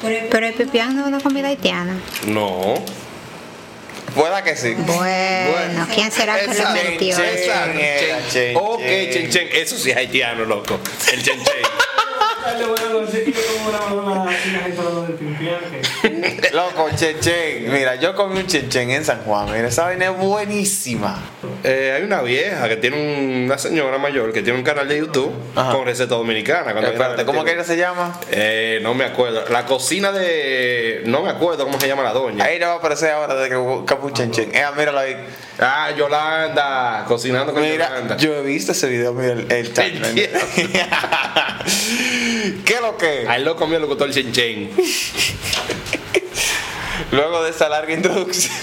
Pero el pipián no es una comida haitiana. No. Pueda que sí. Bueno, ¿quién será que lo Esa- metió? chen, eso? chen, Chen, chen. chen, Ok, chen. chen, chen. Eso sí es haitiano, loco. El chen, chen. Dale, buenas noches. que yo como una broma así, la gente hablando del pimpián. que- Loco, chechen. Mira, yo comí un chechen en San Juan. Mira, esa vaina es buenísima. Eh, hay una vieja que tiene un- una señora mayor que tiene un canal de YouTube Ajá. con receta dominicana. Cuando Espérate, ¿cómo que viene a ella ver se llama? el tío. Eh, no me acuerdo. La cocina de. No me acuerdo cómo se llama la doña. Ahí no va a aparecer ahora de que buscamos un chenchen. Eh, míralo ahí. Ah, Yolanda. Cocinando con Yolanda. Mira, yo he visto ese video, mira el, el chat. Mentira. ¿Qué es lo que? Ahí lo comió el locutor el chen, chen. Luego de esta larga introducción.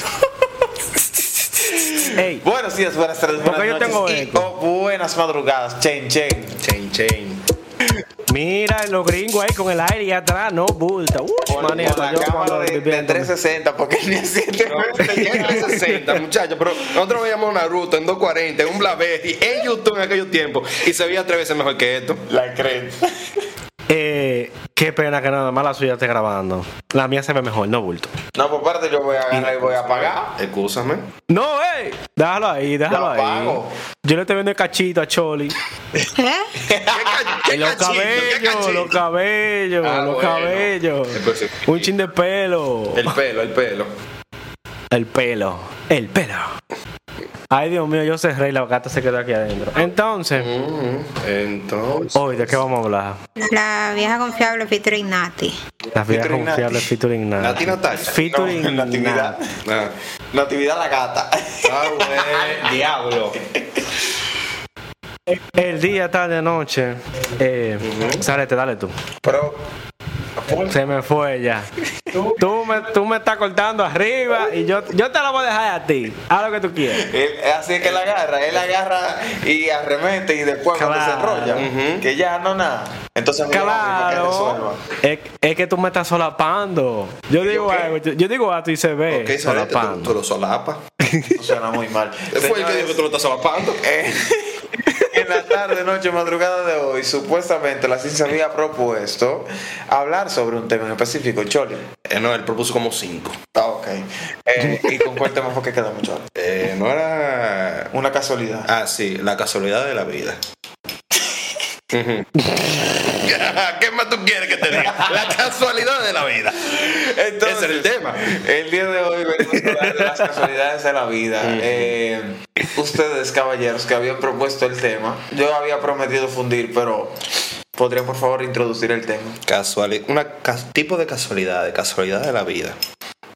Ey, Buenos días, buenas tardes, Porque buenas yo noches tengo y- eco. o buenas madrugadas. Chen, chen. Chen, chen. mira los gringos ahí con el aire y atrás, no bulta. Uy, Por, por maneja, la yo cámara cuando de, vivía de en 360, porque ni asiento. Llega a 60, muchachos, pero nosotros veíamos Naruto en 240, en un Blaberry, en YouTube en aquellos tiempos, y se veía tres veces mejor que esto. La creen. Eh, qué pena que nada más la suya esté grabando. La mía se ve mejor, no bulto. No, por parte yo voy a agarrar y voy a pagar. Excúsame. No, ey, déjalo ahí, déjalo Yo lo ahí. pago. Yo le estoy viendo el cachito a Choli. ¿Eh? ¿Qué Ah, ca- qué Y los cachito, qué cabellos, cachito? los cabellos, Ah, los bueno. cabellos. Entonces, Un chin de pelo. El pelo, el pelo. El pelo, el pelo. Ay, Dios mío, yo cerré y la gata se quedó aquí adentro. Entonces, Mm, Entonces. hoy, ¿de qué vamos a hablar? La vieja confiable featuring Nati. Las vidas Featuring Nati. confiables, featuring nada. Latino Tacha. Featuring No, natividad. nada. Ah, Natividad la gata. ah, güey, Diablo. El día, tarde, noche. Eh, Sálete, dale tú. Pero, Se me fue ya. Tú me, tú me estás cortando arriba y yo, yo te la voy a dejar a ti. Haz lo que tú quieras. él, es así que la agarra. Él agarra y arremete y después Claro. cuando se enrolla, Ujú. que ya no nada. Entonces, mira, que resuelva. Claro. Es, es que tú me estás solapando. Yo digo qué? algo, yo, yo digo algo y se ve. Ok, solete, tú, tú Eh, solapando. lo solapas. Eso Suena muy mal. Fue el que dijo que tú lo estás solapando. Eh, en la tarde, noche, madrugada de hoy, supuestamente la ciencia había propuesto hablar sobre un tema en específico, Choli. Eh, no, él propuso como cinco. Ah, ok. Eh, ¿Y con cuál tema fue que quedamos, Choli? Eh, no era. Una casualidad. Ah, sí, la casualidad de la vida. Ujú. ¿Qué más tú quieres que te diga? La casualidad de la vida. Entonces, Ese era el tema. El día de hoy venimos a hablar de las casualidades de la vida. Eh, ustedes, caballeros, que habían propuesto el tema, yo había prometido fundir, pero ¿podrían por favor introducir el tema? Casuali una cas- tipo de casualidad, de casualidad de la vida.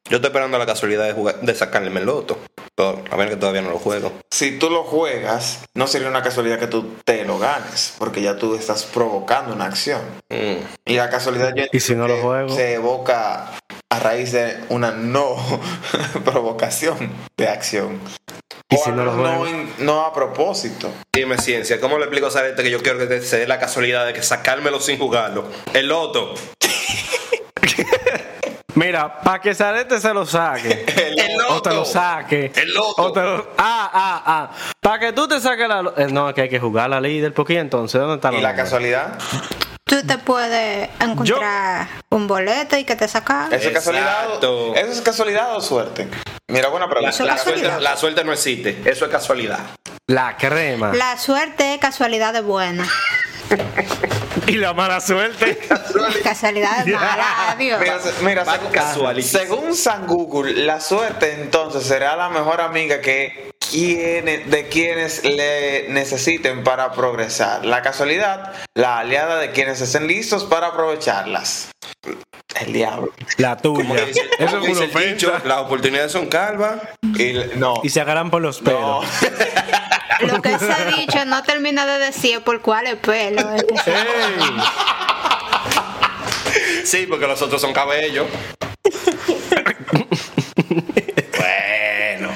Yo estoy esperando la casualidad de, jugar, de sacarme el loto. Todo- a ver que todavía no lo juego. si tú lo juegas, no sería una casualidad que tú te lo ganes, porque ya tú estás provocando una acción. Mm. Y la casualidad yo ¿Y si no lo que juego? se evoca a raíz de una no provocación de acción. ¿Y O si no lo juego? en- no a propósito. Dime ciencia, ¿cómo le explico a Sarete que yo quiero que te- se dé la casualidad de que sacármelo sin jugarlo? El loto. Mira, para que Sarete se lo saque. El loto. o te lo saque. El loto. O te lo- Ah, ah, ah. Para que tú te saques la. lo- eh, no, es que hay que jugar la líder. Porque entonces, ¿dónde está Y la casualidad, Tú te puedes encontrar un boleto y que te saca. eso es casualidad. Exacto. o- Eso es casualidad o suerte. Mira, buena La, pregunta. Eso es la suerte, casualidad. la suerte no existe, eso es casualidad. La crema. La suerte es casualidad de buena. Y la mala suerte. Casualidad de mala. Adiós. Mira, se- mira, Va según- casualísimo. según San Google, la suerte entonces será la mejor amiga que quienes, de quienes le necesiten para progresar. La casualidad, la aliada de quienes estén listos para aprovecharlas. El diablo. La Como tuya. que dice- Eso como es dice una el dicho, ofensa. las oportunidades son calvas. Y l- no, Y se agarran por los no. pelos. Lo que se ha dicho no termina de decir por cuál es pelo. es que se- ¡Ey! Sí, porque los otros son cabellos. bueno.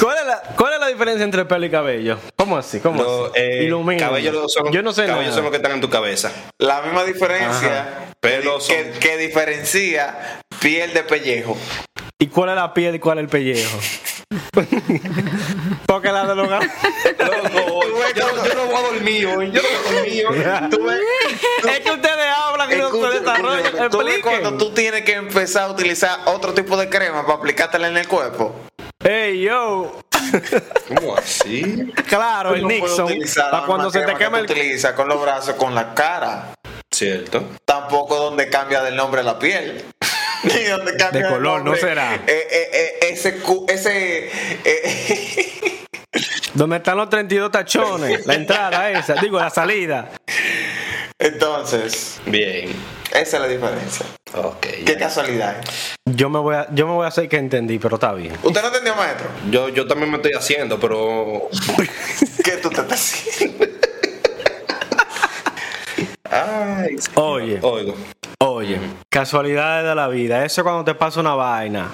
¿Cuál es, la, ¿Cuál es la diferencia entre pelo y cabello? ¿Cómo así? ¿Cómo Los, así? eh, Ilumina. cabellos son, Yo no sé cabellos nada. son los que están en tu cabeza. La misma diferencia Ajá. Pelos que, son- que diferencia piel de pellejo. ¿Y cuál es la piel y cuál es el pellejo? Porque la de los gatos. Loco, Tú ves yo, cuando- yo no voy a dormir hoy. Yo no voy a dormir hoy. Tú ves- Es que ustedes hablan y no se Escucha, desarrollan. tú ves cuando Expliquen. tú tienes que empezar a utilizar otro tipo de crema para aplicártela en el cuerpo. Ey, yo. ¿Cómo así? Claro, el Tú Pues no puedes Nixon. utilizar la Para cuando misma se te crema que quema tú el. utiliza con los brazos, con la cara. Cierto. Tampoco donde cambia del nombre la piel. Ni donde cambia el color, no nombre, será. eh, eh, eh, ese cu- ese eh, Donde están los 32 tachones. La entrada esa. Digo, la salida. entonces, Bien. esa es la diferencia. Ok. Qué ya. casualidad. ¿eh? Yo me voy a, yo me voy a hacer que entendí, pero está bien. ¿Usted no entendió, maestro? Yo, yo también me estoy haciendo, pero. ¿Qué tú te estás haciendo? Ay. Oye, Oigo. oye. Casualidades de la vida. Eso es cuando te pasa una vaina.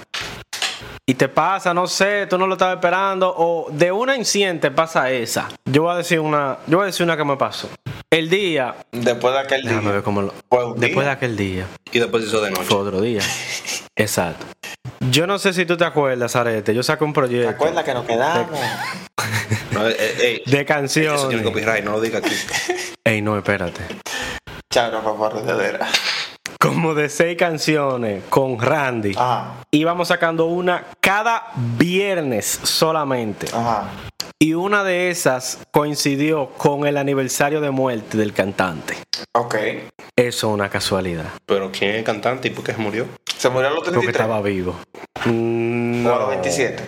Y te pasa, no sé, tú no lo estabas esperando. O de una en 100 te pasa esa. Yo voy a decir una, yo voy a decir una que me pasó. El día. Después de aquel Déjame día. ver cómo lo. Fue un Después de día. aquel día. Y después hizo de Fue noche. otro día. Exacto. Yo no sé si tú te acuerdas, Arete. Yo saqué un ¿Te proyecto acuerdas que nos quedamos? No, eh, eh, eh, de eso tiene canciones. copyright, no lo diga aquí. Ey, no, espérate. Chabra, papá, rededera. Como de seis canciones con Randy. Ajá, Íbamos sacando una cada viernes solamente. ajá. Y una de esas coincidió con el aniversario de muerte del cantante. Ok. Eso es una casualidad. Pero ¿quién es el cantante y por qué se murió? Se murió a los Porque 33. estaba vivo. Mm, O a los no, 27.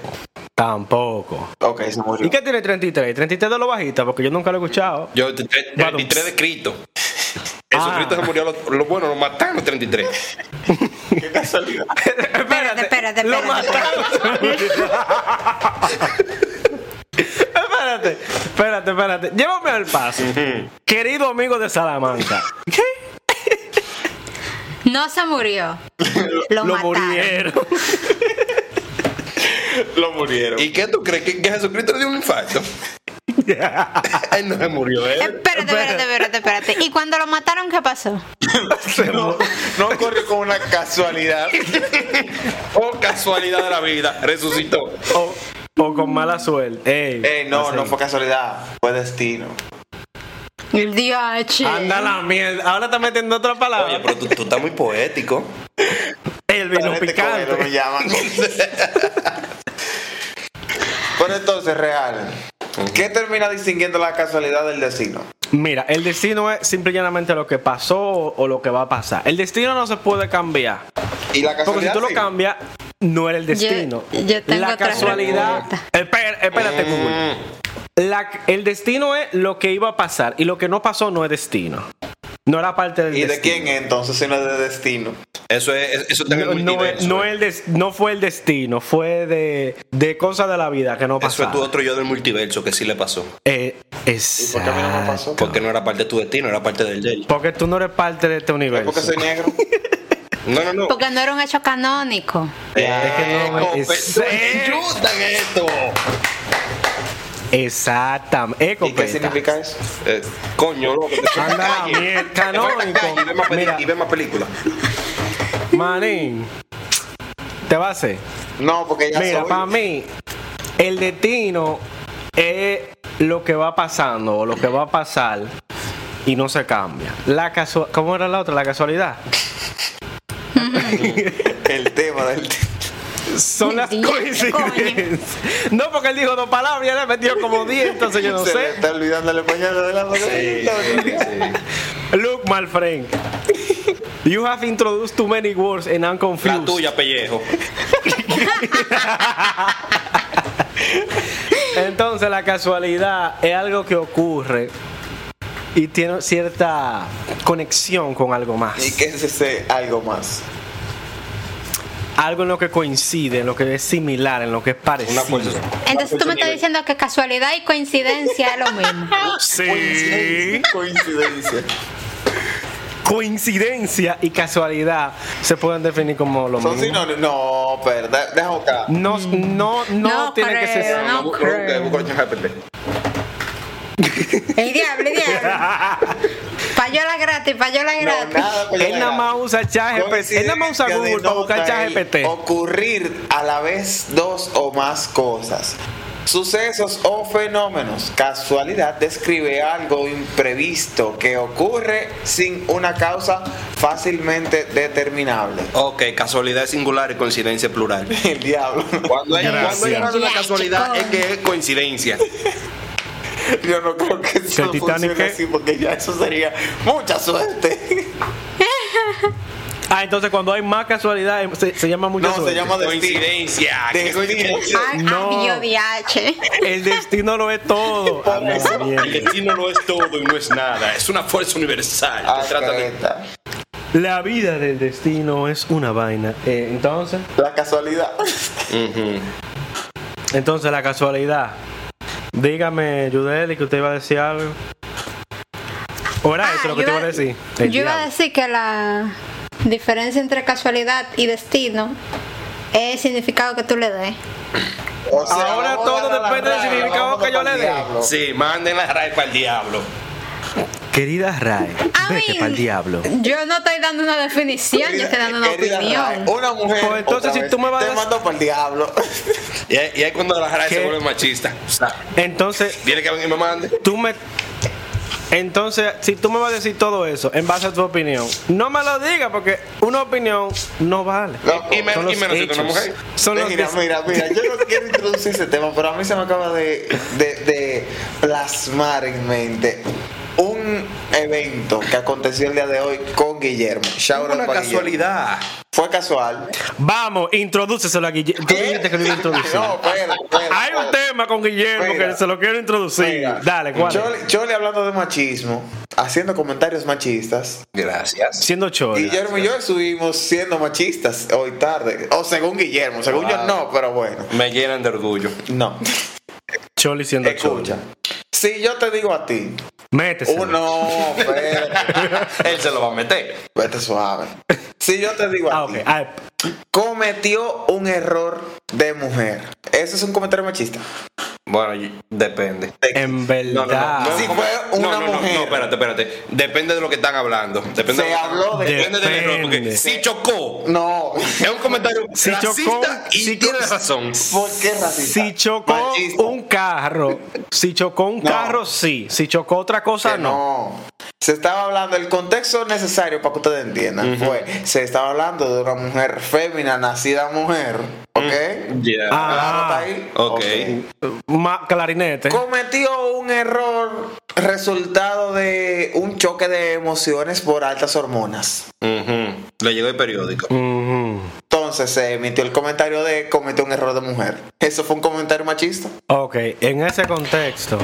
Tampoco. Ok, se murió. ¿Y qué tiene 33? 33 de lo bajita, porque yo nunca lo he escuchado. Yo, tre- tre- 33 de Cristo. Esos Ah. Cristo se murió, los lo, bueno, lo mataron los 33. Qué casualidad. Espérate, espérate, Lo espérate. mataron. espérate, espérate, espérate. Llévame al paso. Querido amigo de Salamanca. No se murió. Lo, Lo mataron. murieron. Lo murieron. ¿Y qué tú crees? ¿Que, que Jesucristo le dio un infarto? él no se murió, Em. él. Espérate, espérate, espérate, espérate. ¿Y cuando lo mataron qué pasó? no, no ocurrió como una casualidad. Oh, casualidad de la vida, resucitó. O, o con mala suerte. Ey, Eh, no, así. no fue casualidad. Fue destino. El DH. Anda la mierda. Ahora está metiendo otra palabra. Oye, pero tú, tú estás muy poético. Ey, el vino Este cobero me picante. llaman. Pero entonces, real. ¿Qué termina distinguiendo la casualidad del destino? Mira, el destino es simple y llanamente lo que pasó o, o lo que va a pasar. El destino no se puede cambiar. Y la Porque si casualidad. tú lo sí? cambias, no era el destino. yo tengo la otra casualidad. pregunta. Espera- Eh. espérate, Google. Mm. La- el destino es lo que iba a pasar y lo que no pasó no es destino. No era parte del ¿Y de destino. quién es entonces si no es de destino? Eso es, eso está en el No, no, es- multiverso. no el des- no fue el destino, fue de, de cosas de la vida que no Eso pasaron. es tu otro yo del multiverso que sí le pasó. Eh, ¿Y por qué a mí no me exacto. pasó? Porque no era parte de tu destino, era parte del de él. Porque tú no eres parte de este ¿Es universo. porque soy negro? No, no, no. Porque no era un hecho canónico. Es que no, Eh, es- Cope, ayudan esto! Exactamente. ¿Y qué significa eso? Eh, coño, loco, te fue a la Anda la calle. mierda, Te fue a la canónico. calle Y ve más peli- Mira. y ve más películas. Manín, te va a hacer. No, porque ya Mira, soy. para mí, el destino es lo que va pasando o lo que va a pasar y no se cambia. La casual, ¿Cómo era la otra? La casualidad. El tema del Son las Diez, coincidencias. No, porque él dijo dos palabras y él le metió como diez, entonces yo no Se le sé. está olvidando el español de la Look, my friend. You have introduced too many words and I'm confused. La tuya, pellejo. Entonces la casualidad es algo que ocurre y tiene cierta conexión con algo ¿Y más. qué es ese algo más? Algo en lo que coincide, en lo que es similar, en lo que es Una parecido. fuerza. Entonces tú me estás diciendo que casualidad y coincidencia es lo mismo. Sí. Coincidencia. Coincidencia y casualidad se pueden definir como lo Son mismo. sinónimos. No, pero da- deja acá. No, no, no, No tiene que ser. creo, no. Vamos, vamos, creo. vamos, coño, espérate. El diablo, el diablo. Payola gratis, payola gratis. nada, pues, ya Él nada la- más usa ChatGPT. Él nada más usa Coincidencia Google para buscar denota el ChatGPT. Ocurrir a la vez dos o más cosas. Sucesos o fenómenos. Casualidad describe algo imprevisto que ocurre sin una causa fácilmente determinable. Ok, casualidad es singular y coincidencia es plural. El diablo. Cuando hay, cuando hay Gracias. algo de Ya, casualidad es chico. que es coincidencia. Yo no creo que eso el Titanic funcione qué? así porque ya eso sería mucha suerte. Ah, entonces cuando hay más casualidad eh, se, se llama mucha No, se suerte. llama destino. Coincidencia. ¿qué Destino. coincidencia? Ay, No. ay, yo diache. El destino lo es todo. Anda, eso. mierda. El destino no es todo y no es nada. Es una fuerza universal. Ah, Se trata de- careta. La vida del destino es una vaina. Eh, entonces, La casualidad. Ujú. entonces la casualidad. Dígame, Yudeli, que usted iba a decir algo. ¿O era Ah, eso lo que te iba a decir? El yo iba a diablo. decir que la diferencia entre casualidad y destino es el significado que tú le des. O sea, Ahora vamos todo a la depende del raya, significado vamos que yo para le el dé. diablo. Sí, manden la raíz para el diablo. Querida Ray, A vete mí, pa'l diablo. Yo no estoy dando una definición, yo estoy dando una Querida Ray, opinión. Una mujer. Pues entonces, otra si vez, tú me vas a Te des- mando para el diablo. Y ahí y ahí cuando la raíz ¿Qué? se vuelve machista. O sea, Entonces, tiene que venir y me mande. tú me. Entonces, si tú me vas a decir todo eso en base a tu opinión, no me lo digas porque una opinión no vale. Loco, Y, me- Son y menos los si tú eres hechos. una mujer. Son los mira, des- mira, mira, yo no quiero introducir ese tema, pero a mí se me acaba de, de- de plasmar en mente un evento que aconteció el día de hoy con Guillermo. Shout out Una para Guillermo. casualidad. Fue casual. Vamos, introdúceselo a Guillermo. Tú dijiste que lo iba a introducir. ¿Eh? No, espera, espera, Hay un espera. tema con Guillermo Mira. que se lo quiero introducir. Mira, Dale, ¿cuál? Yo, es? yo le hablando de machismo, haciendo comentarios machistas. Gracias. Siendo chola. Guillermo y yo estuvimos siendo machistas hoy tarde. O según Guillermo, según yo Ah. no, pero bueno. Me llenan de orgullo. No. Choli siendo Escucha. chola. Si yo te digo a ti, Métese. uno, espérate, Él se lo va a meter. vete suave. Si yo te digo a Ah, ok. ti, Ah, cometió un error de mujer. Eso es un comentario machista. Bueno, y- depende. en verdad. No, no, no. no, Si ¿cómo? fue una No, no, no, mujer. No, espérate, espérate. Depende de lo que están hablando. Depende de Se lo que- habló de- Depende del error. Porque Depende. si chocó. No. Es un comentario Si chocó, racista y si tiene chocó- razón. ¿Por qué racista? Si chocó Machista. un carro, si chocó un No. carro, sí. Si chocó otra cosa, Que no. no. Se estaba hablando, el contexto necesario para que ustedes entiendan fue, se estaba hablando de una mujer fémina, nacida mujer, ¿ok? Yeah. Ah. Claro, está ahí. Ok. Ma- clarinete. Cometió un error resultado de un choque de emociones por altas hormonas. Ujú. Le llegó el periódico. Ujú. Entonces se emitió el comentario de cometió un error de mujer. ¿Eso fue un comentario machista? Ok, en ese contexto.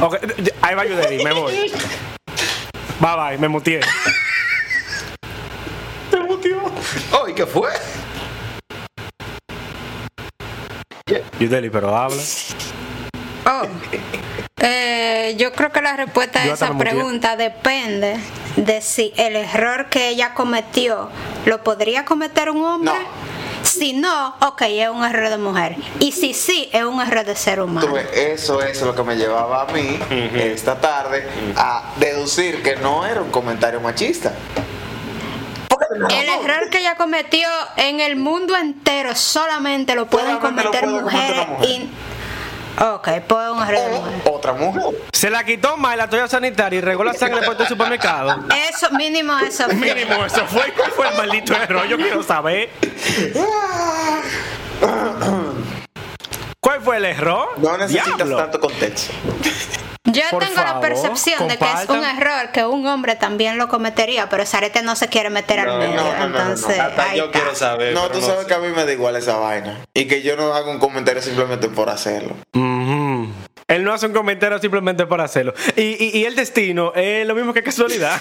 Ok, ahí va Yudeli, me voy. Bye bye, me mutié. Te motivó. Oh, ¿y qué fue? Yudeli, pero habla. Oh. Eh, yo creo que la respuesta Yo a hasta esa me muteé. pregunta depende de si el error que ella cometió lo podría cometer un hombre. Si no, ok, es un error de mujer. Y si sí, es un error de ser humano. Tú ves, Eso es lo que me llevaba a mí esta tarde a deducir que no era un comentario machista. El error que ella cometió en el mundo entero solamente lo pueden Solamente lo cometer puede cometer mujeres. una mujer. Oh. y- Ok, pues un error de mujer. O otra mujer. Se la quitó más la toalla sanitaria y regó la sangre por todo el supermercado. Eso, mínimo eso. fue. Mínimo, eso fue. ¿Cuál fue el maldito error? Yo quiero saber. ¿Cuál fue el error? No necesitas Diablo. Eh, tanto contexto. Yo Por tengo la favor, percepción de que es un compartan. error que un hombre también lo cometería, pero Sarete no se quiere meter al No, medio. no, no, no, no, no. entonces, Hasta Eh, ahí yo está. quiero saber. No, pero tú sabes sé. que a mí me da igual esa vaina. Y que yo no hago un comentario simplemente por hacerlo. Ujú. Él no hace un comentario simplemente para hacerlo. Y, y- y el destino es lo mismo que casualidad.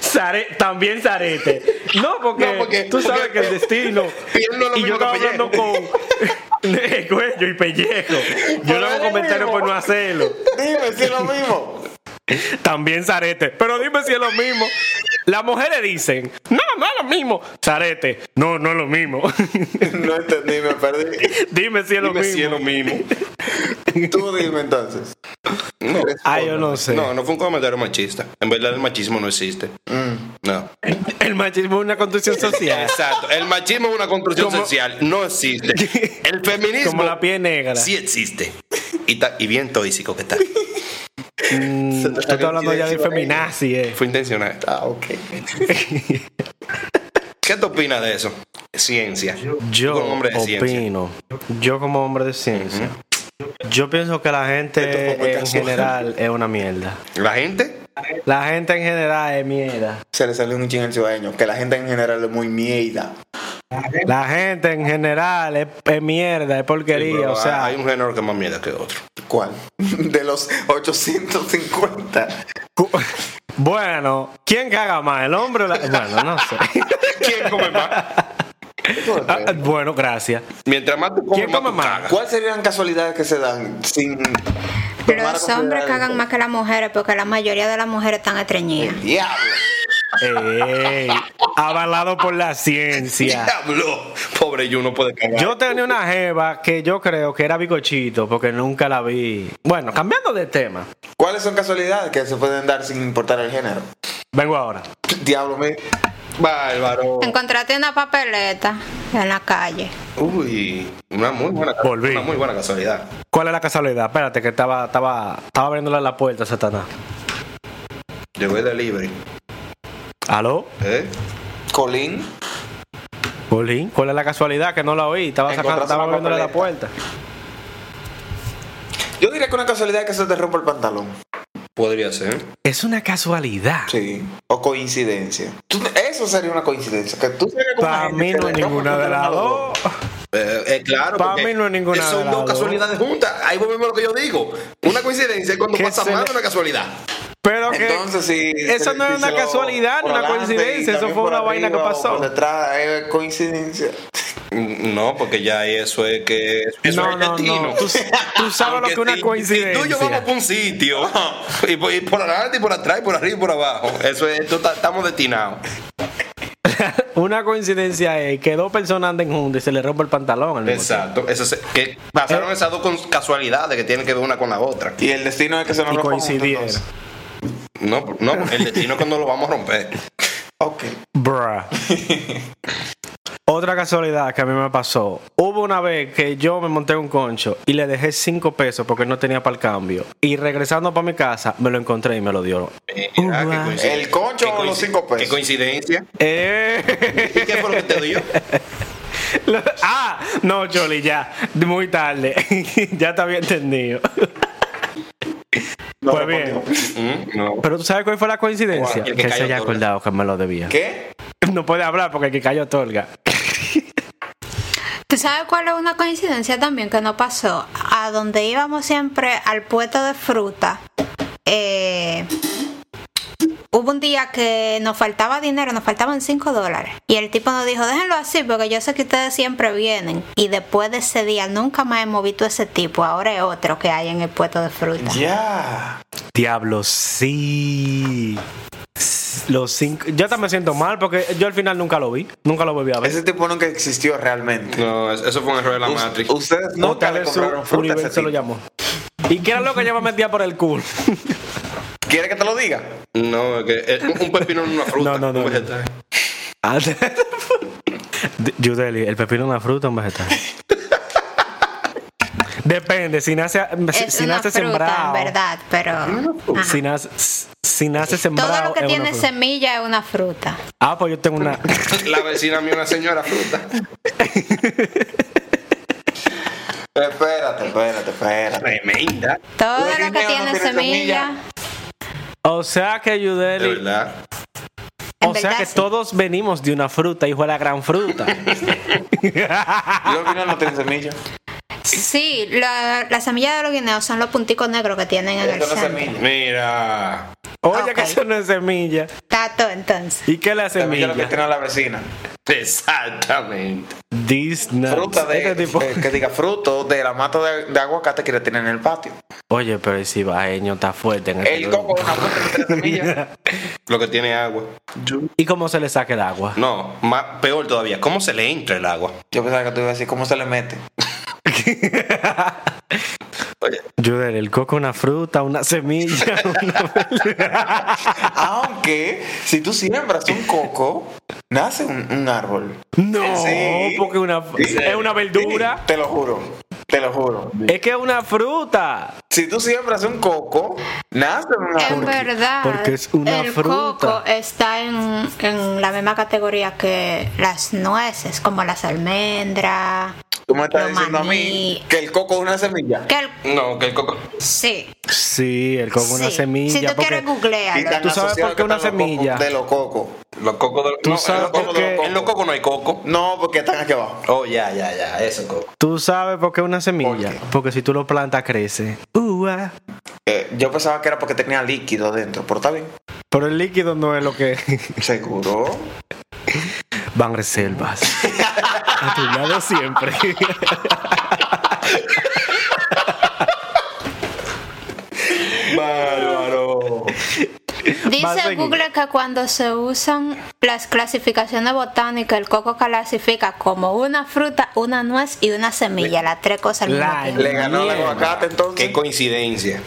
Zare- también Zarete. No, porque, No, porque- tú sabes porque- que el destino. Y él no es lo y yo mismo que estaba hablando con de cuello y pellejo. Yo no hago Por comentario algo. por no hacerlo. Dime si es lo mismo. También Zarete. Pero dime si es lo mismo. Las mujeres dicen, no, no es lo mismo. Zarete, no, no es lo mismo. No entendí, me perdí. dime si es lo Dime mismo. si es lo mismo. Tú dime entonces. No, Ah, yo no sé. No, no fue un comentario machista. En verdad el machismo no existe. Mm. No. El machismo es una construcción social. Exacto. El machismo es una construcción Como- social. No existe. El feminismo Como la piel negra. sí existe. Y, ta- y bien tóxico que está. Mm, tú estás hablando ya de feminazi, eh. Fue intencional. Ah, ok. ¿Qué te opinas de eso? Ciencia. Yo Tú como hombre de ciencia. opino, yo como hombre de ciencia, yo pienso que la Esto es como el gente en caso. general es una mierda. La gente La gente en general es mierda. Se le salió un ching el ciudadano. Que la gente en general es muy mierda. La gente en general es, es mierda, es porquería. Pero o sea, hay un género que más miedo que otro. ¿Cuál? De los 850. cu- bueno, ¿quién caga más? ¿El hombre o la.? Bueno, no sé. ¿Quién come más? Ah, ah, bueno, gracias. Mientras más tú comes, ¿Quién come tú más? cagas. ¿Cuáles serían casualidades que se dan sin tomar Los a hombres consideración? cagan más que las mujeres porque la mayoría de las mujeres están estreñidas. Diablo. Ey, avalado por la ciencia. Diablo. Pobre yo no puede cagar. Yo tenía una jeva que yo creo que era bicochito porque nunca la vi. Bueno, cambiando de tema, ¿Cuáles son casualidades que se pueden dar sin importar el género? vengo ahora. Diablo, me. Bárbaro. Encontraste una papeleta en la calle. Uy, una muy buena, Volví. una muy buena casualidad. ¿Cuál es la casualidad? Espérate, que estaba, estaba, estaba abriéndole la puerta, Satanás. Llegó el delivery. ¿Aló? ¿Eh? Colín. Bolín. ¿Cuál es la casualidad? Que no la oí. Estaba sacando, Encontraste estaba una abriéndole la puerta. Yo diría que una casualidad es que se te rompa el pantalón. Podría ser. Es una casualidad. Sí. O coincidencia. Tú- eso sería una coincidencia. Que tú salgas con una Para gente mí que no le es rompa el ninguna de las pantalón a los dos. Eh, eh, claro, Pa' porque mí no es ninguna de Son las dos dos. casualidades juntas. Ahí volvemos a lo que yo digo. Una coincidencia es cuando Que pasa se más le- de una casualidad. Pero que Entonces, sí. eso no es una casualidad ni una coincidencia. Eso fue una vaina que pasó. Detrás, es coincidencia. Mm, No, porque ya ahí eso es que eso No, es no, destino. no. Tú, tú sabes lo Aunque que es una si- coincidencia. Si tú y yo vamos por un sitio, y por, y por adelante, y por atrás, y por arriba, y por abajo. Eso es, esto está- estamos destinados. Una coincidencia es que dos personas anden juntas y se le rompe el pantalón. al mismo Exacto. Eso se- que Eh. pasaron esas dos cons- casualidades que tienen que ver una con la otra. Y el destino es que se nos tiempo. Y rompa coincidieron. juntos, No, no, el destino es cuando lo vamos a romper. entonces. Ok. Bruh. Otra casualidad que a mí me pasó. Hubo una vez que yo me monté en un concho y le dejé cinco pesos porque no tenía para el cambio. Y regresando para mi casa, me lo encontré y me lo dio. Mira, qué Oh, wow. coincidencia. ¿El concho Qué o los coinci- cinco pesos? Qué coincidencia. Eh. ¿Y qué fue lo que te dio? Lo- ah, no, Choli, ya. Muy tarde. ya te había entendido. No pues bien. respondió. Mm, no. Pero tú sabes cuál fue la coincidencia. Guau, el que que se cayó haya otorga. acordado que me lo debía. ¿Qué? No puede hablar porque el que cayó otorga. ¿Tú sabes cuál es una coincidencia también que no pasó? A donde íbamos siempre al puesto de fruta. eh, hubo un día que nos faltaba dinero, nos faltaban 5 dólares. Y el tipo nos dijo, déjenlo así porque yo sé que ustedes siempre vienen. Y después de ese día nunca más hemos visto ese tipo. Ahora es otro que hay en el puesto de fruta. Ya. Diablo, sí. S- Los cinco. Yo también me siento mal porque yo al final nunca lo vi. Nunca lo volví a ver. Ese este tipo nunca existió realmente. No, es- eso fue un error de la Us- Matrix. Ustedes No, nunca tal le vez su compraron fruta a ese universo lo tipo. llamó. ¿Y qué era lo que yo me metía por el culo? ¿Quiere que te lo diga? No, es que es un- un pepino en una fruta. No, no, no, un no. vegetal. Ah, Judeli, ¿el pepino es una fruta o un vegetal? Depende, si nace, si, Es si una fruta, nace sembrado. en verdad, pero... ajá. Si nace, si nace sembrado. Todo lo que es una tiene fruta. semilla es una fruta. Ah, pues yo tengo una. La vecina mía, una señora fruta. Espérate, espérate, espérate. Tremenda. Todo Los lo que guineos no tiene tienen semilla... semilla. O sea que De Judeli. verdad. en O sea verdad, que sí. todos venimos de una fruta, hijo de la gran fruta. Yo al final no tiene semilla. Sí, la, la semilla de los guineos son los punticos negros que tienen en el Eso no es centro. semilla. Mira. Oye, Ah, Ok. que eso no es semilla. Tato, entonces. ¿Y qué es la Semilla lo que semilla? tiene la vecina. Exactamente. Disney. Fruta de, Este tipo- de- que diga fruto de la mata de, de aguacate que le tienen en el patio. Oye, pero el cibaeño está fuerte en este El grupo. coco es una fruta que tiene semilla. Lo que tiene agua. ¿Y cómo se le saca el agua? No, más, peor todavía. ¿Cómo se le entra el agua? Yo pensaba que tú ibas a decir cómo se le mete. Oye, Juder, el coco es una fruta, una semilla. una- Aunque, si tú siembras un coco, nace un, un árbol. No, Sí. porque una, es una verdura. Te lo juro. Te lo juro. Es que es una fruta. Si tú siembras un coco, nace un En árbol. verdad, Ah, porque es una el fruta. coco está en, en la misma categoría que las nueces, como las almendras. Tú me estás Lo diciendo a mí maní. que el coco es una semilla. Que el, no, que el coco. sí, Sí, el coco es una sí. semilla. Si tú porque- quieres Y googlearlo. tan ¿Tú sabes asociado por qué que una están los semilla? cocos De los cocos. Los cocos de los. Tú no, sabes en los cocos de que- los cocos. En los cocos no hay coco. No, porque están aquí abajo. Oh, ya, ya, ya. Eso, coco. Tú sabes por qué una semilla. ¿Por qué? Porque si tú lo plantas, crece. Ua. Eh, yo pensaba que era porque tenía líquido dentro, pero está bien. Pero el líquido no es lo que. Seguro. Van reservas. A tu lado siempre. Bárbaro. Vas a Dice seguir. Google que cuando se usan las clasificaciones botánicas, el coco clasifica como una fruta, una nuez y una semilla, las tres cosas al mismo La- tiempo. Le ganó el Mierda. aguacate entonces. Qué coincidencia.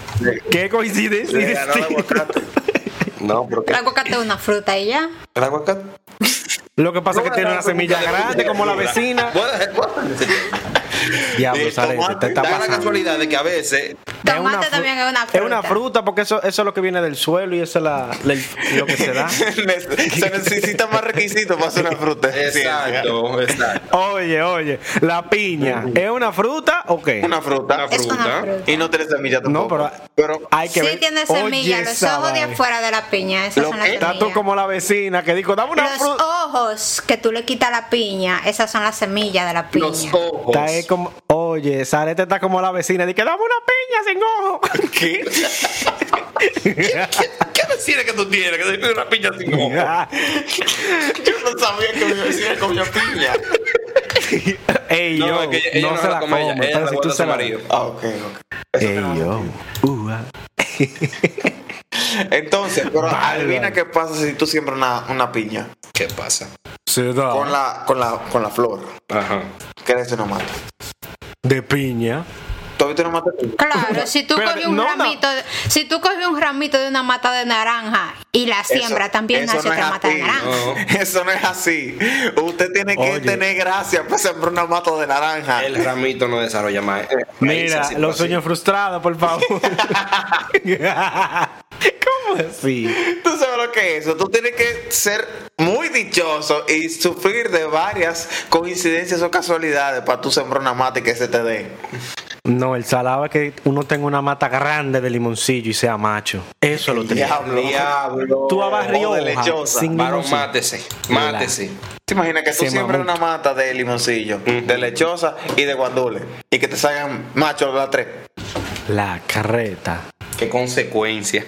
Qué Le coincidencia. ganó el aguacate. No, pero que. El aguacate es una fruta y ya. El aguacate. Lo que pasa es que tiene una semilla grande como la vecina. Diablo, Eh, Sarete, tomate. te está da la pasando. casualidad de que a veces Es una Tomate fru- también es una fruta. Es una fruta porque eso, eso es lo que viene del suelo y eso es la- la- lo que se da. Se necesita más requisitos para hacer una fruta. Exacto, exacto. Oye, oye, la piña, ¿es una fruta o qué? Una fruta. Es una fruta. Y no tiene semilla No, tampoco. pero- pero Hay que Sí ver. tiene Oye, semillas, los esa ojos de vaina. afuera de la piña, esas Lo son las que- semillas. Está tú como la vecina que dijo, dame una los fruta. ojos que tú le quitas a la piña, esas son las semillas de la piña. Los ojos. Está ahí como, oye, Sarete está como la vecina, dice, dame una piña sin ojo. ¿Qué? ¿Qué decir que tú tienes? Que tienes una piña sin ojo. yo no sabía que mi vecina comía piña. Ey, yo, no, es que ella- ella se la come, ella, ella pero la si guarda tú a se su la... marido. Ah, ok, ok. Ey, yo, ua. Entonces, pero Bárbaro. adivina qué pasa si tú siembras una, una piña ¿Qué pasa? Se da con la, con la, con la flor. Ajá. Crece una mata. de piña. ¿Tú has visto una mata? de piña? Claro, si tú Pero, coges un no, no. ramito, de- si tú coges un ramito de una mata de naranja y la siembra, Eso- también eso nace no es otra mata de así. naranja. No. Eso no es así. Usted tiene que Oye. tener gracia para sembrar una mata de naranja. El ramito no desarrolla más. eh, Mira, raíces, los así. sueños frustrados, por favor. ¿Cómo así? Tú sabes lo que es eso. Tú tienes que ser muy dichoso y sufrir de varias coincidencias o casualidades para tú sembrar una mata y que se te dé. No, el salado es que uno tenga una mata grande de limoncillo y sea macho. Eso es lo triste. Diablo. Diablo. Tú a O de Barrio lechosa. sin Varón, limoncillo. mátese. Mátese. ¿Te imaginas que tú Se siembras mamó. una mata de limoncillo, de lechosa y de guandule y que te salgan machos las tres? La carreta. Qué consecuencia.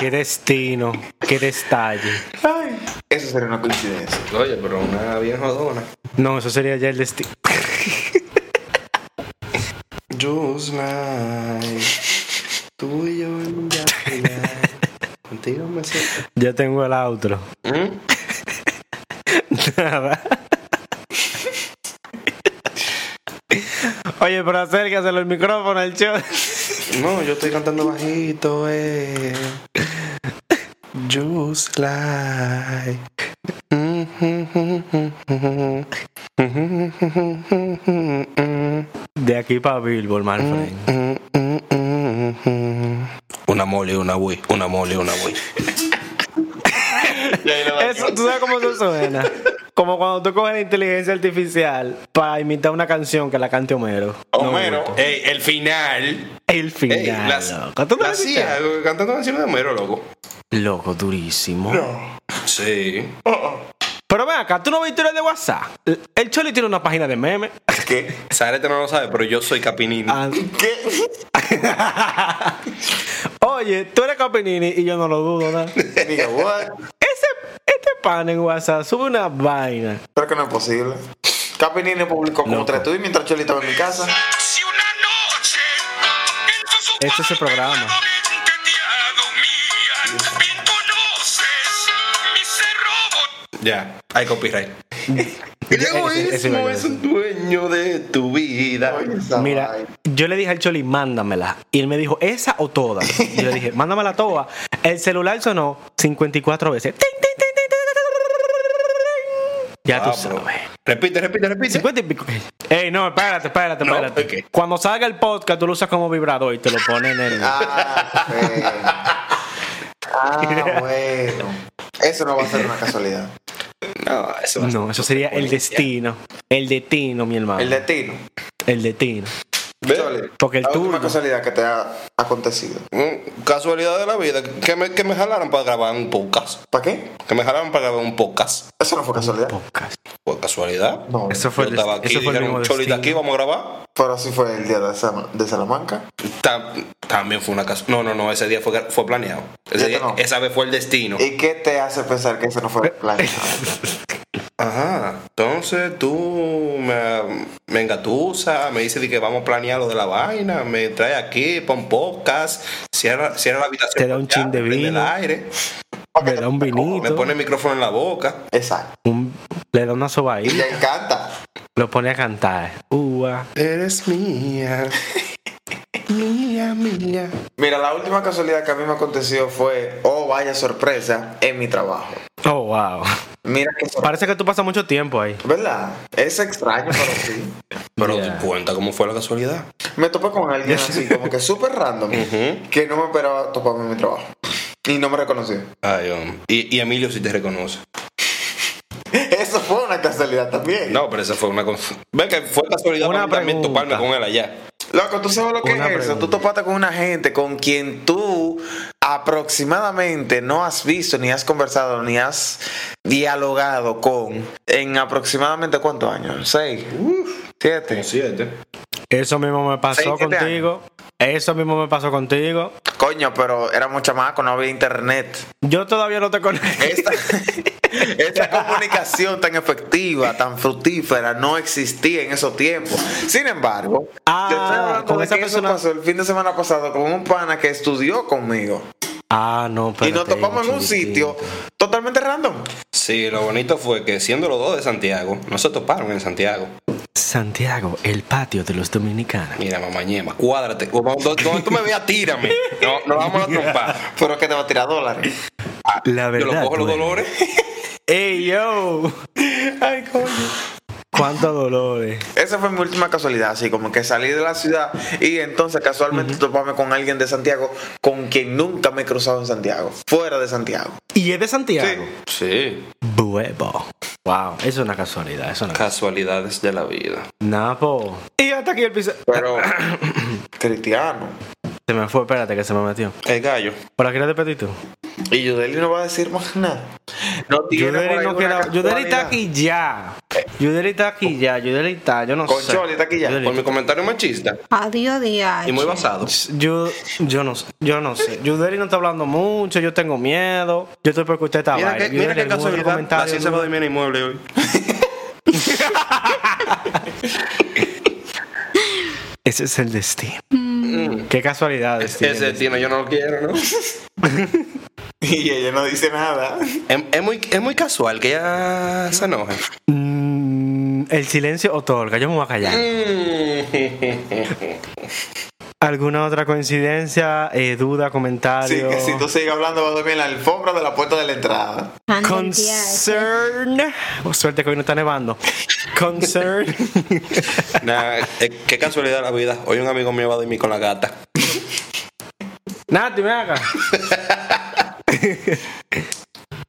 Qué destino. Qué destalle. Eso sería una coincidencia. Oye, pero una bien jodona. No, eso sería ya el destino. Just like tú y yo en un yate, Contigo me siento. Ya tengo el outro. ¿Mm? Nada. Oye, pero acércaselo el micrófono al show. No, yo estoy cantando bajito, eh. Just like. De aquí para Billboard, my friend. Una mole, una wey, una mole, una wey. Eso, ¿Tú sabes cómo eso suena? Como cuando tú coges la inteligencia artificial para imitar una canción que la cante Homero. Homero. Ey, el final. El final. Ey, las- loco. ¿Tú no lo la has CIA, escuchado? cantando canciones de Homero, loco. Loco, durísimo. Sí. Pero ven acá, tú no ves historias de WhatsApp. El- El Choli tiene una página de memes. ¿Qué? Sarete no lo sabe, pero yo soy Capinini. Ah. Oye, tú eres Capinini y yo no lo dudo, ¿no? Ese, Diga, what? este pan en WhatsApp sube una vaina. Creo que no es posible. Capinini publicó como Loco. tres tweets mientras Choli estaba en mi casa. Si una noche entro a su Este es el programa. apartamento que te adomían, bien conoces mis errores. Ya, hay copyright. El Ese- ese- ese egoísmo me es gusta. un dueño de tu vida. Mira, yo le dije al Choli, mándamela. Y él me dijo, ¿esa o toda? Yo le dije, mándamela toda. El celular sonó 54 veces. Tin, tin, tin, tin, tin, tin, tin, tin. Ya tú Pablo. sabes. Repite, repite, repite. 50 y pico. Ey, no, espérate, espérate, No, espérate. ok. Cuando salga el podcast, tú lo usas como vibrador y te lo pones en el. Ah, bueno. Ah, bueno. Eso no va a ser una casualidad. No, Ah, eso va a No, eso sería el destino. El destino, mi hermano. El destino. El destino. Ve, Chole, Porque el la última tuyo- casualidad que te ha acontecido. mm, Casualidad de la vida. Que me, que me jalaron para grabar un podcast. ¿Para qué? Que me jalaron para grabar un podcast. Eso no fue casualidad. Podcast. Por casualidad. No. Eso fue Yo el, estaba dest- aquí, eso fue el mismo dijeron, Cholita destino. aquí, vamos a grabar. Pero así fue el día de, Sam- de Salamanca. Tam- también fue una casa. No, no, no, ese día fue, fue planeado. Ese Este día- no. Esa vez fue el destino. Eh. ¿Y qué te hace pensar que eso no fue planeado? Ajá. Entonces tú me, me engatusa, me dice de que vamos a planear lo de la vaina, me trae aquí, pon podcast, cierra, cierra la habitación. Te da un para allá, chin de prende el vino. aire, Le da un me vinito. pone el micrófono en la boca. Exacto. un- le da una soba Y ahí. le encanta. Lo pone a cantar. Ua. Eres mía. mía, mía. Mira, la última casualidad que a mí me aconteció fue, oh, vaya sorpresa, en mi trabajo. Oh, wow. Mira que sorpresa. Parece que tú pasas mucho tiempo ahí. ¿Verdad? Es extraño, pero sí. Pero Yeah. te cuenta cómo fue la casualidad. Me topé con alguien así, como que súper random, Ujú. que no me esperaba toparme en mi trabajo. Y no me reconoció. Ay, hombre. y, y Emilio sí te reconoce. Eso fue una casualidad también. No, pero esa fue una cosa. Ve que fue casualidad Una para mí también pregunta. toparme con él allá. Loco, tú sabes lo que Una es eso. pregunta. Tú topaste con una gente con quien tú aproximadamente no has visto, ni has conversado, ni has dialogado con en aproximadamente cuántos años? ¿Seis? ¿Siete? siete. Eso mismo me pasó Seis, siete contigo. Eso mismo me pasó contigo. Coño, pero era mucha más, no había internet. Yo todavía no te conozco. Esta, esta comunicación tan efectiva, tan fructífera, no existía en esos tiempos. Sin embargo, Ah, te estoy hablando con de esa que eso persona- pasó el fin de semana pasado con un pana que estudió conmigo. Ah, no, pero. y nos topamos en un sitio totalmente random. Sí, lo bonito fue que siendo los dos de Santiago, no se toparon en Santiago. Santiago, el patio de los dominicanos. Mira, mamá ñema, cuádrate. Como- Cuando, cuando tú me veas, tírame. No, no vamos a trompar. Pero que te va a tirar dólares. Ah, La Yo verdad. lo cojo los duele. dolores. ¡Ey, yo! Ay, coño. ¿Cuántos dolores? Esa fue mi última casualidad, así como que salí de la ciudad y entonces casualmente toparme con alguien de Santiago con quien nunca me he cruzado en Santiago, fuera de Santiago. ¿Y es de Santiago? Sí, Buevo. Wow, eso es una casualidad. Eso es una casualidades de la vida. Napo. Y hasta aquí el piso. Pero, cristiano. Se me fue, espérate que se me metió. El gallo. Por aquí lo repetí tú. Y Yudeli no va a decir más nada. No tiene por Yudeli ahí no una queda. Yudeli está casualidad. aquí ya. Yudeli está aquí ya. Yudeli está. Yo no Con sé. Choli está aquí ya. Yudeli. Oh. Por mi comentario machista Adiós, día. y muy basado. Yo, yo no sé, yo no sé. Yudeli no está hablando mucho, yo tengo miedo. Yo estoy porque usted está Mira vaina. que, mira Yudeli, qué ¿algún otro casualidad. La comentario? ciencia va de bien inmueble hoy. Ese es el destino. Qué casualidad. destino. Ese Mm. destino yo no lo quiero, ¿no? Y ella no dice nada. Es, Em, es muy, es muy casual que ella se enoje. Mm, el silencio otorga, yo me voy a Mm. callar. ¿Alguna otra coincidencia, eh, duda, Así comentario? que si tú sigues hablando, va a dormir en la alfombra de la puerta de la entrada. Concern. Oh, suerte que hoy no está nevando. Concern. Nah, eh, qué casualidad la vida. Hoy un amigo mío va a dormir con la gata. Nada, me hagas.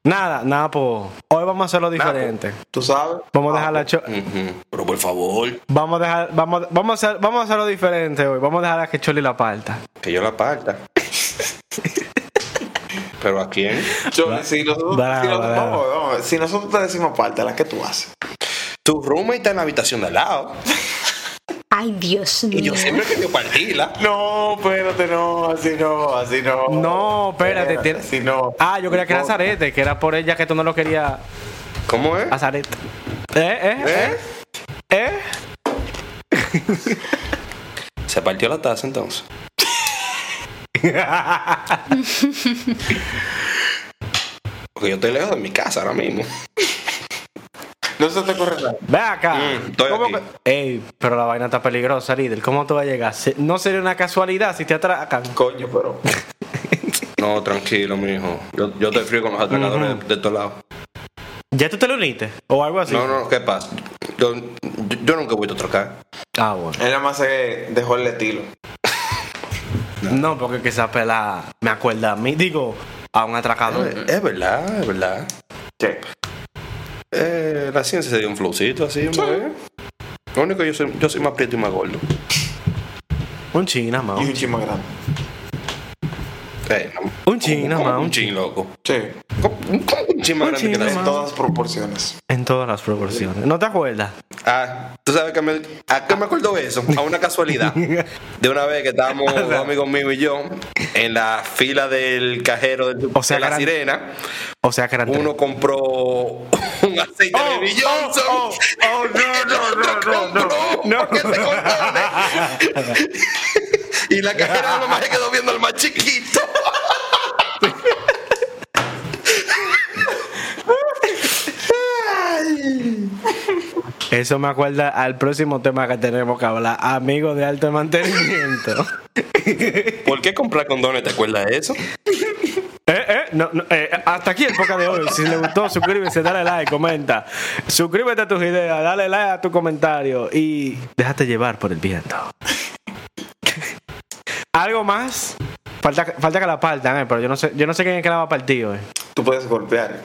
nada, nada, po. Hoy vamos a hacerlo diferente. ¿Tú sabes? Ah, Vamos a dejar la cho- Ujú. Pero por favor, Vamos a dejar, vamos, vamos a hacer, vamos a hacerlo diferente hoy. Vamos a dejar a que Choli la parta. que yo la parta. ¿Pero a quién? Choli, si nosotros, bravo, si, nosotros- bravo. vamos, vamos, si nosotros te decimos parte, ¿la que tú haces? Tu roommate está en la habitación de al lado. Ay, Dios mío. Y yo siempre que yo partila. No, espérate, no, así no, así no. Oh, No, espérate. tiene- Así no. Ah, yo creía que era No. Zarete, que era por ella que tú no lo querías. ¿Cómo es? A Zarete. ¿Eh? ¿Eh? ¿Eh? ¿Eh? ¿Eh? Se partió la taza entonces. Porque yo estoy lejos de mi casa ahora mismo. No se te ocurre nada. Ve acá. Mm, estoy ¿Cómo aquí. que- Ey, pero la vaina está peligrosa, líder. ¿Cómo tú vas a llegar? Se- No sería una casualidad si te atracan. Coño, pero. No, tranquilo, mijo. Yo, yo estoy frío con los atracadores de, de todos lados. ¿Ya tú te lo uniste? ¿O algo así? No, no, ¿qué pasa? Yo, yo, yo nunca voy a atracar. Ah, bueno. Él nada más se dejó el estilo. No, porque que esa pela me acuerda a mí. Digo, a un atracador. Es, es verdad, es verdad. Che. Eh, la ciencia se dio un flowcito así, mujer. Lo único que yo soy, yo soy más prieto y más gordo. Un china más. Y un chisme grande. Eh, no. Un chin, nada ¿Cómo más, que un Un chin, loco. Sí. ¿Cómo- cómo Un chin más Un grande que chin, la nada En más. todas proporciones. En todas las proporciones. ¿No te acuerdas? Ah, tú sabes que me, a qué me acuerdo de eso, a una casualidad. De una vez que estábamos dos amigos míos y yo en la fila del cajero del- O sea, de la gran- sirena, O sea que eran tres. uno compró un aceite de Baby Johnson. no, no, no, no, no. paquete con doble. y la cajera nomás se quedó viendo al más chiquito. Eso me acuerda al próximo tema que tenemos que hablar. Amigos de alto mantenimiento. ¿Por qué comprar condones? ¿Te acuerdas de eso? Eh, eh, no, no, eh, hasta aquí el podcast de hoy. Si les gustó, suscríbete, dale like, comenta. Suscríbete a tus ideas, dale like a tu comentario y déjate llevar por el viento. ¿Algo más? Falta, falta que la partan, eh, pero yo no sé, yo no sé quién es que la va a partir hoy. Tú puedes golpear.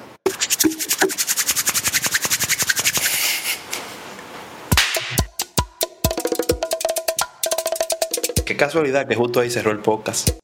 Qué casualidad que justo ahí cerró el podcast.